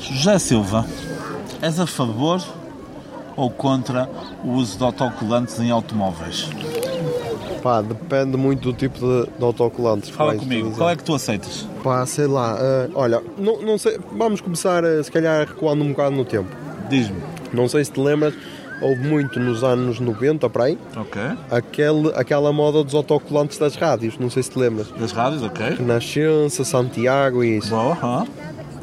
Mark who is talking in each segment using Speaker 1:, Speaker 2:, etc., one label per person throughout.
Speaker 1: José Silva, és a favor ou contra o uso de autocolantes em automóveis?
Speaker 2: Pá, depende muito do tipo de, de autocolantes. que
Speaker 1: Fala
Speaker 2: vais
Speaker 1: comigo,
Speaker 2: utilizar.
Speaker 1: qual é que tu aceitas?
Speaker 2: Pá, sei lá. ah, olha, não, não sei. Vamos começar, ah, se calhar, recuando um bocado no tempo.
Speaker 1: Diz-me.
Speaker 2: Não sei se te lembras, houve muito nos anos 90, para aí,
Speaker 1: Ok.
Speaker 2: aquele, aquela moda dos autocolantes das rádios. Não sei se te lembras.
Speaker 1: Das rádios, ok.
Speaker 2: Renascença, Santiago e isso.
Speaker 1: Boa, hã?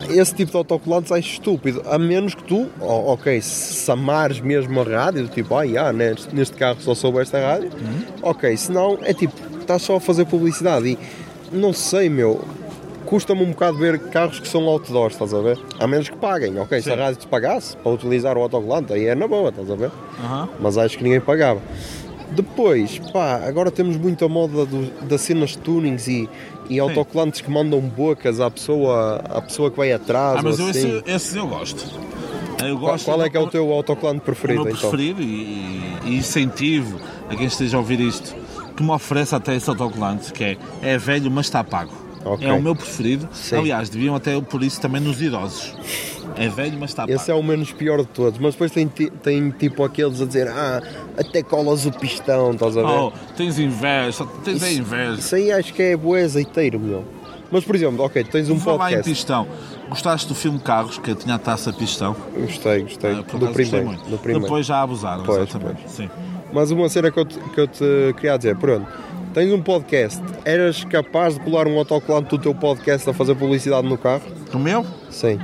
Speaker 2: Esse tipo de autocolantes acho estúpido, a menos que tu, ó, ok, se amares mesmo a rádio, tipo, ah, yeah, neste, neste carro só soube esta rádio, ok, senão é tipo, estás só a fazer publicidade e não sei, meu, custa-me um bocado ver carros que são outdoors, estás a ver? A menos que paguem, ok, se a rádio te pagasse para utilizar o autocolante, aí é na boa, estás a ver?
Speaker 1: Aham.
Speaker 2: mas acho que ninguém pagava. Depois, pá, agora temos muito a moda do, das cenas de tunings e, e autocolantes que mandam bocas à pessoa, à pessoa que vai atrás.
Speaker 1: Ah, mas
Speaker 2: ou
Speaker 1: eu,
Speaker 2: assim.
Speaker 1: esse, esse eu gosto. Eu
Speaker 2: Qual,
Speaker 1: gosto
Speaker 2: qual é que é o
Speaker 1: do-
Speaker 2: teu autocolante preferido,
Speaker 1: o meu
Speaker 2: então?
Speaker 1: preferido e, e incentivo a quem esteja a ouvir isto que me oferece até esse autocolante que é, é velho mas está pago
Speaker 2: Ok.
Speaker 1: é o meu preferido
Speaker 2: Sim.
Speaker 1: aliás deviam até por isso também nos idosos é velho mas está
Speaker 2: Esse é
Speaker 1: pago
Speaker 2: o menos pior de todos, mas depois tem, ti- tem tipo aqueles a dizer, ah, até colas o pistão, estás a ver?
Speaker 1: Oh, tens inveja, tens a inveja.
Speaker 2: Isso aí acho que é bué azeiteiro, meu. Mas, por exemplo, ok, tens um
Speaker 1: Vou lá em
Speaker 2: podcast.
Speaker 1: pistão. Gostaste do filme Carros, que tinha a taça pistão?
Speaker 2: Gostei, gostei.
Speaker 1: Ah, por acaso
Speaker 2: do,
Speaker 1: gostei
Speaker 2: primeiro,
Speaker 1: muito.
Speaker 2: do primeiro.
Speaker 1: Depois já abusaram,
Speaker 2: Pois,
Speaker 1: exatamente. Sim.
Speaker 2: Mas uma cena que eu te, que eu te queria dizer, pronto. Tens um podcast, eras capaz de colar um autocolante do teu podcast a fazer publicidade no carro?
Speaker 1: No meu?
Speaker 2: Sim.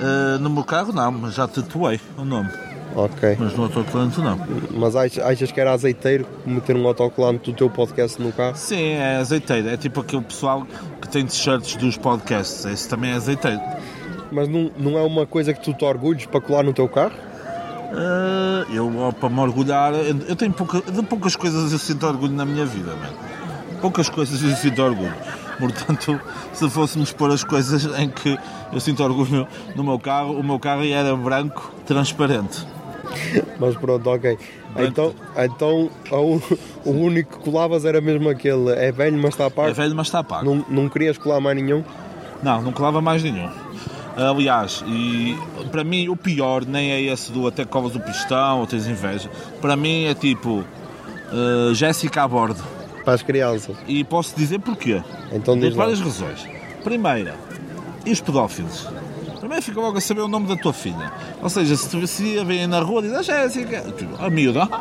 Speaker 1: Ah, no meu carro não, mas já tatuei o nome.
Speaker 2: Ok.
Speaker 1: Mas no autocolante não.
Speaker 2: Mas ach- achas que era azeiteiro meter um autocolante do teu podcast no carro?
Speaker 1: Sim, é azeiteiro. É tipo aquele pessoal que tem t-shirts dos podcasts. Esse também é azeiteiro.
Speaker 2: Mas não, não é uma coisa que tu te orgulhes para colar no teu carro?
Speaker 1: Ah, eu, ó, para me orgulhar, eu eu tenho pouca, de poucas coisas eu sinto orgulho na minha vida, mano. Poucas coisas eu sinto orgulho. Portanto, se fôssemos pôr as coisas em que eu sinto orgulho no meu carro, o meu carro era branco, transparente.
Speaker 2: Mas pronto, ok. Então, então a u- o único que colavas era mesmo aquele. É velho, mas está a par.
Speaker 1: É velho, mas está pago.
Speaker 2: não, não querias colar mais nenhum?
Speaker 1: Não, não colava mais nenhum. Aliás, e para mim o pior nem é esse do até covas o pistão ou tens inveja. Para mim é tipo eh, Jéssica a bordo.
Speaker 2: Para as crianças.
Speaker 1: E posso dizer porquê.
Speaker 2: Então
Speaker 1: Tem
Speaker 2: diz lá.
Speaker 1: várias razões. Primeira, e os pedófilos? Primeiro fica logo a saber o nome da tua filha. Ou seja, se tu se a veem na rua diz "Ah, é a Jéssica, tu, a miúda, ah,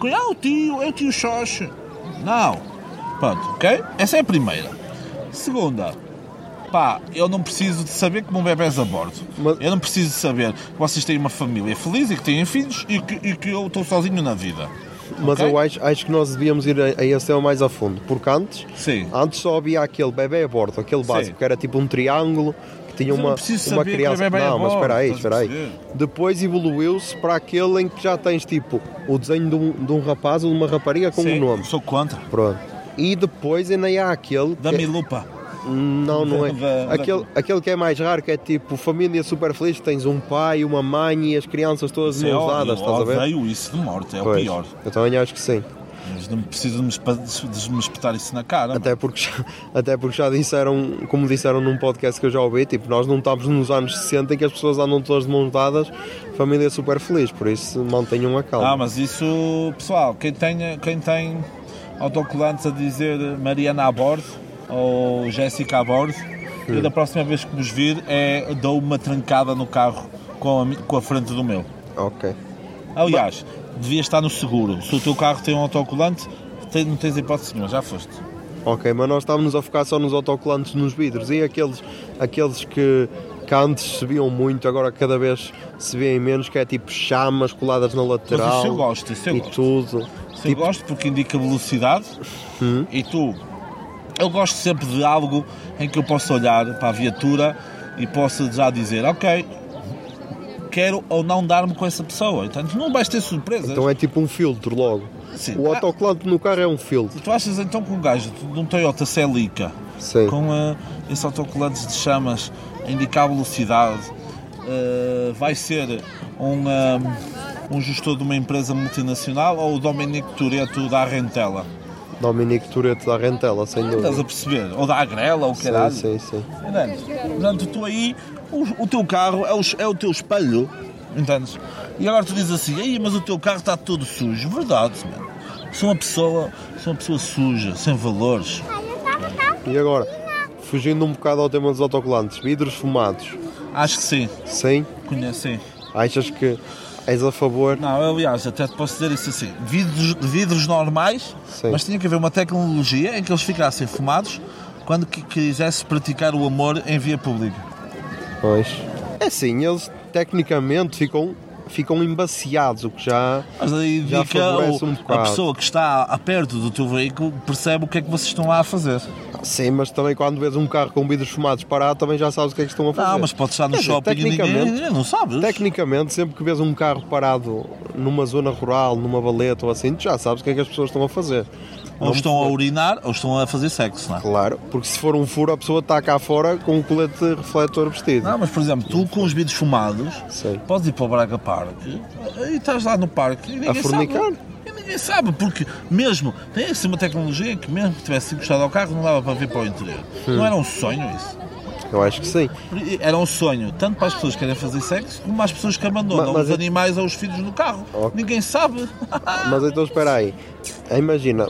Speaker 1: quem é o tio? É o tio Xoxe. Não. Pronto, ok? Essa é a primeira. Segunda, pá, eu não preciso de saber como um bebés a bordo.
Speaker 2: Mas-
Speaker 1: Eu não preciso de saber que vocês têm uma família feliz e que têm filhos e que, e que eu estou sozinho na vida.
Speaker 2: Mas
Speaker 1: Ok?
Speaker 2: eu acho, acho que nós devíamos ir a, a esse tema mais a fundo, porque antes,
Speaker 1: Sim.
Speaker 2: antes só havia aquele bebê a bordo, aquele
Speaker 1: Sim.
Speaker 2: básico, que era tipo um triângulo, que tinha
Speaker 1: Mas eu não
Speaker 2: uma,
Speaker 1: preciso
Speaker 2: uma
Speaker 1: saber que
Speaker 2: criança.
Speaker 1: era bebé a
Speaker 2: não, mas
Speaker 1: bordo,
Speaker 2: espera aí,
Speaker 1: estás a
Speaker 2: espera aí.
Speaker 1: perceber?
Speaker 2: Depois evoluiu-se para aquele em que já tens tipo o desenho de um, de um rapaz ou de uma rapariga com um
Speaker 1: Sim,
Speaker 2: nome.
Speaker 1: Sou contra.
Speaker 2: Pronto. E depois ainda há aquele.
Speaker 1: Da
Speaker 2: que- é-
Speaker 1: Milupa.
Speaker 2: Não, não é.
Speaker 1: Da- da-
Speaker 2: Aquele, aquele que é mais raro, que é tipo família super feliz, que tens um pai, uma mãe e as crianças todas
Speaker 1: Sim, é eu-
Speaker 2: mãos dadas,
Speaker 1: eu
Speaker 2: é estás a ver?
Speaker 1: odeio isso de morte, é o
Speaker 2: Pois,
Speaker 1: pior.
Speaker 2: Eu também acho que sim.
Speaker 1: Mas não preciso de me espa- de me espetar isso na cara.
Speaker 2: Até porque, já, até porque já disseram, como disseram num podcast que eu já ouvi, tipo, nós não estamos nos anos 60 em que as pessoas andam todas de mãos dadas, família é super feliz, por isso mantenham a
Speaker 1: mano. Ah,
Speaker 2: calma.
Speaker 1: mas isso, pessoal, quem tem, quem tem autocolantes a dizer Mariana a bordo ou Jéssica a bordo, eu da próxima vez que vos vir é dou uma trancada no carro com a, mi- com a frente do meu.
Speaker 2: Ok.
Speaker 1: Aliás, devia estar no seguro. Se o teu carro tem um autocolante, tem- não tens hipótese nenhuma, já foste.
Speaker 2: Ok, mas nós estávamos a focar só nos autocolantes nos vidros e aqueles, aqueles que, que antes se viam muito, agora cada vez se vêem menos, que é tipo chamas coladas na lateral
Speaker 1: Mas isso eu gosto, isso eu
Speaker 2: e
Speaker 1: gosto.
Speaker 2: tudo.
Speaker 1: Sim, eu gosto porque indica velocidade e tu. Eu gosto sempre de algo em que eu possa olhar para a viatura e possa já dizer, ok, quero ou não dar-me com essa pessoa. Portanto, não vais ter surpresas.
Speaker 2: Então é tipo um filtro logo.
Speaker 1: Sim.
Speaker 2: O autocolante no carro é um filtro.
Speaker 1: Tu achas então que um gajo de um Toyota Celica
Speaker 2: Sim.
Speaker 1: com eh, esse autocolante de chamas a indicar velocidade eh, vai ser um, eh, um gestor de uma empresa multinacional ou o Dominique Toretto da Rentela?
Speaker 2: Dominique Tourette da Rentela, sem dúvida.
Speaker 1: Estás a perceber? Ou da agrela, ou caralho.
Speaker 2: Sim, sim, sim.
Speaker 1: Entendes? Portanto, tu aí, o, o teu carro é o, é o teu espelho, entendes? E agora tu dizes assim, Ei, mas o teu carro está todo sujo. Verdade, mano. Sou uma pessoa, sou uma pessoa suja, sem valores.
Speaker 2: E agora, fugindo um bocado ao tema dos autocolantes, vidros fumados,
Speaker 1: Acho que sim,
Speaker 2: sim?
Speaker 1: conheço, sim.
Speaker 2: Achas que és a favor?
Speaker 1: Não, eu, aliás, até te posso dizer isso assim: vidros, vidros normais,
Speaker 2: Sim.
Speaker 1: mas tinha que haver uma tecnologia em que eles ficassem fumados quando qui- quisesse praticar o amor em via pública.
Speaker 2: Pois. É sim, eles tecnicamente ficam, ficam embaciados, o que já.
Speaker 1: Mas aí
Speaker 2: Já
Speaker 1: indica
Speaker 2: favorece um
Speaker 1: é o- a
Speaker 2: bocado.
Speaker 1: pessoa que está a perto do teu veículo percebe o que é que vocês estão lá a fazer.
Speaker 2: Sim, mas também quando vês um carro com vidros fumados parado, também já sabes o que é que estão a fazer.
Speaker 1: Não, Tá, mas pode estar no
Speaker 2: Quer dizer,
Speaker 1: shopping e ninguém,
Speaker 2: tecnicamente-
Speaker 1: ninguém não sabe.
Speaker 2: Tecnicamente, sempre que vês um carro parado numa zona rural, numa valeta ou assim, tu já sabes o que é que as pessoas estão a fazer.
Speaker 1: Ou
Speaker 2: Não-
Speaker 1: estão a urinar ou estão a fazer sexo, não é?
Speaker 2: Claro, porque se for um furo, a pessoa está cá fora com o colete refletor vestido.
Speaker 1: Não, mas por exemplo, tu com os vidros fumados,
Speaker 2: Sim.
Speaker 1: podes ir para o Braga Parque e estás lá no parque e ninguém
Speaker 2: A fornicar.
Speaker 1: sabe. E ninguém sabe, porque mesmo tem assim uma tecnologia que mesmo que tivesse encostado ao carro não dava para ver para o interior.
Speaker 2: Hum.
Speaker 1: Não era um sonho isso.
Speaker 2: Eu acho que sim.
Speaker 1: Era um sonho, tanto para as pessoas que querem fazer sexo, como para as pessoas que abandonam
Speaker 2: Mas- mas
Speaker 1: os
Speaker 2: é-
Speaker 1: animais ou os filhos no carro.
Speaker 2: Ok.
Speaker 1: Ninguém sabe.
Speaker 2: Mas então espera aí. Imagina,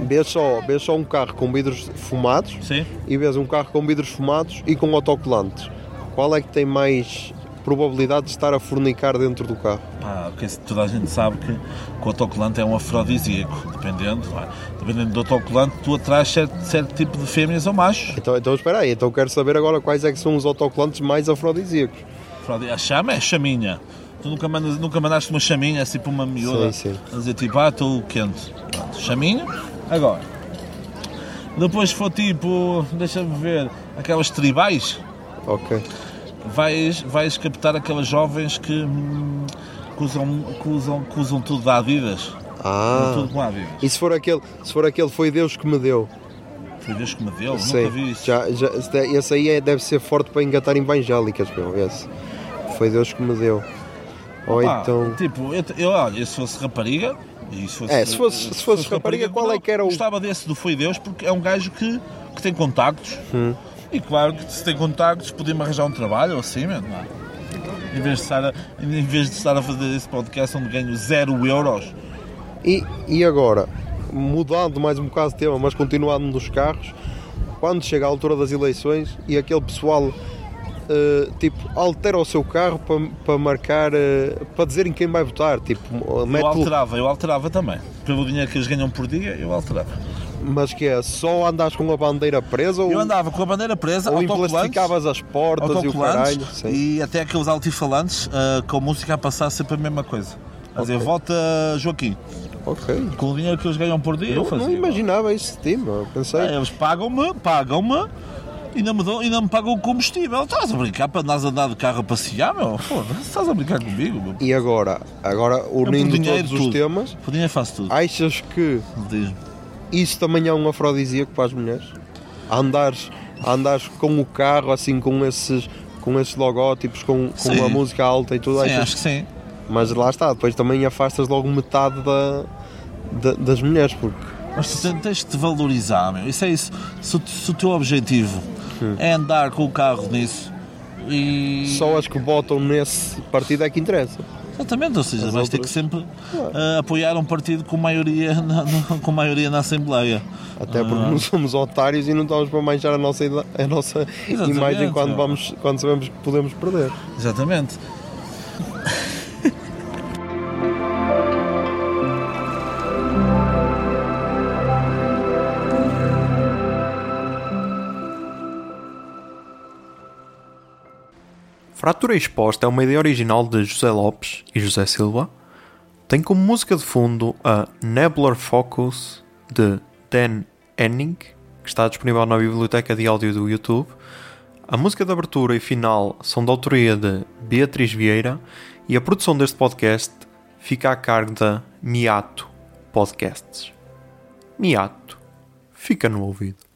Speaker 2: vês só, vês só um carro com vidros fumados
Speaker 1: Sim.
Speaker 2: e vês um carro com vidros fumados e com autocolantes. Qual é que tem mais probabilidade de estar a fornicar dentro do carro?
Speaker 1: Pá, porque se- Ah, toda a gente sabe que, que o autocolante é um afrodisíaco, dependendo, não é? dependendo do autocolante, tu atrás certo, certo tipo de fêmeas ou machos.
Speaker 2: Então, então espera aí, então quero saber agora quais é que são os autocolantes mais afrodisíacos.
Speaker 1: Afrodi- A chama é chaminha. Tu nunca, mandas, nunca mandaste uma chaminha assim para uma miúda
Speaker 2: Sim, sim.
Speaker 1: a dizer tipo, ah, estou quente. Pronto, chaminha. Agora, depois se for tipo, deixa-me ver, aquelas tribais,
Speaker 2: Ok.
Speaker 1: vais, vais captar aquelas jovens que, hum, que, usam, que, usam, que usam tudo da Adidas.
Speaker 2: Ah.
Speaker 1: Tudo com Adidas.
Speaker 2: E se for aquele, se for aquele foi Deus que me deu.
Speaker 1: Foi Deus que me deu,
Speaker 2: Sim.
Speaker 1: nunca vi isso.
Speaker 2: Já, já, esse aí é- deve ser forte para engatar em evangélicas, meu. Esse. Foi Deus que me deu. Ou
Speaker 1: Pá,
Speaker 2: então.
Speaker 1: Tipo, eu, eu, olha, eu se fosse rapariga. E se fosse,
Speaker 2: É, se fosse- se fosse rapariga, qual é
Speaker 1: não,
Speaker 2: que era o-
Speaker 1: Gostava desse do Foi Deus, porque é um gajo que, que tem contactos.
Speaker 2: Hum.
Speaker 1: E claro que se tem contactos, podia-me arranjar um trabalho ou assim, mesmo, não é? Em vez, de estar a, em vez de estar a fazer esse podcast onde ganho zero euros.
Speaker 2: E, e agora, mudando mais um bocado de tema, mas continuando nos carros, quando chega a altura das eleições e aquele pessoal eh, tipo, altera o seu carro para, para marcar, eh, para dizerem quem vai votar, tipo, mete
Speaker 1: Eu
Speaker 2: o-
Speaker 1: alterava, eu alterava também. Pelo dinheiro que eles ganham por dia, eu alterava.
Speaker 2: mas que é só andas com a bandeira presa ou,
Speaker 1: Eu andava com a bandeira presa,
Speaker 2: Tipo, ou
Speaker 1: autocolantes,
Speaker 2: emplasticavas as portas e o caralho?
Speaker 1: autocolantes
Speaker 2: Sim.
Speaker 1: e até aqueles altifalantes ah, com música a passar sempre a mesma coisa. A dizer,
Speaker 2: Ok.
Speaker 1: volta Joaquim.
Speaker 2: Ok.
Speaker 1: Com o dinheiro que eles ganham por dia, eu
Speaker 2: Eu
Speaker 1: fazia.
Speaker 2: não imaginava esse tema, eu pensei.
Speaker 1: É, Eles pagam-me, pagam-me e ainda me, dão, ainda me pagam o combustível. Estás a brincar para nós andar de carro a passear, meu? Foda-se, estás a brincar comigo, meu?
Speaker 2: E agora, agora
Speaker 1: é. Eu por
Speaker 2: unindo
Speaker 1: dinheiro,
Speaker 2: todos os
Speaker 1: tudo.
Speaker 2: temas,
Speaker 1: Por dinheiro faço
Speaker 2: Ah,
Speaker 1: tudo.
Speaker 2: achas que
Speaker 1: Diz-me.
Speaker 2: isso também é um afrodisíaco para as mulheres? Andares, andares com o carro assim com esses com esses logótipos, com,
Speaker 1: Sim.
Speaker 2: com a música alta e tudo
Speaker 1: Sim,
Speaker 2: achas-
Speaker 1: acho que sim.
Speaker 2: Mas lá está, depois também afastas logo metade da, da- das mulheres, porque
Speaker 1: Mas tu tens de te valorizar, meu. Isso é isso. Se, o- se o teu objetivo é andar com o carro nisso e.
Speaker 2: só as que votam nesse partido é que interessa.
Speaker 1: Exatamente, ou seja,
Speaker 2: As
Speaker 1: vais ter que
Speaker 2: outras-
Speaker 1: sempre ah, apoiar um partido com maioria na, na- com maioria na Assembleia. Ah.
Speaker 2: Até porque não somos otários e não estamos para manchar a nossa, ida- a nossa
Speaker 1: Exatamente,
Speaker 2: imagem quando,
Speaker 1: é.
Speaker 2: vamos, quando sabemos que podemos perder.
Speaker 1: Exatamente.
Speaker 3: Fratura Exposta é uma ideia original de José Lopes e José Silva. Tem como música de fundo a Nebular Focus de Dan Enning, que está disponível na biblioteca de áudio do YouTube. A música de abertura e final são da autoria de Beatriz Vieira e a produção deste podcast fica a cargo da Miato Podcasts. Miato. Fica no ouvido.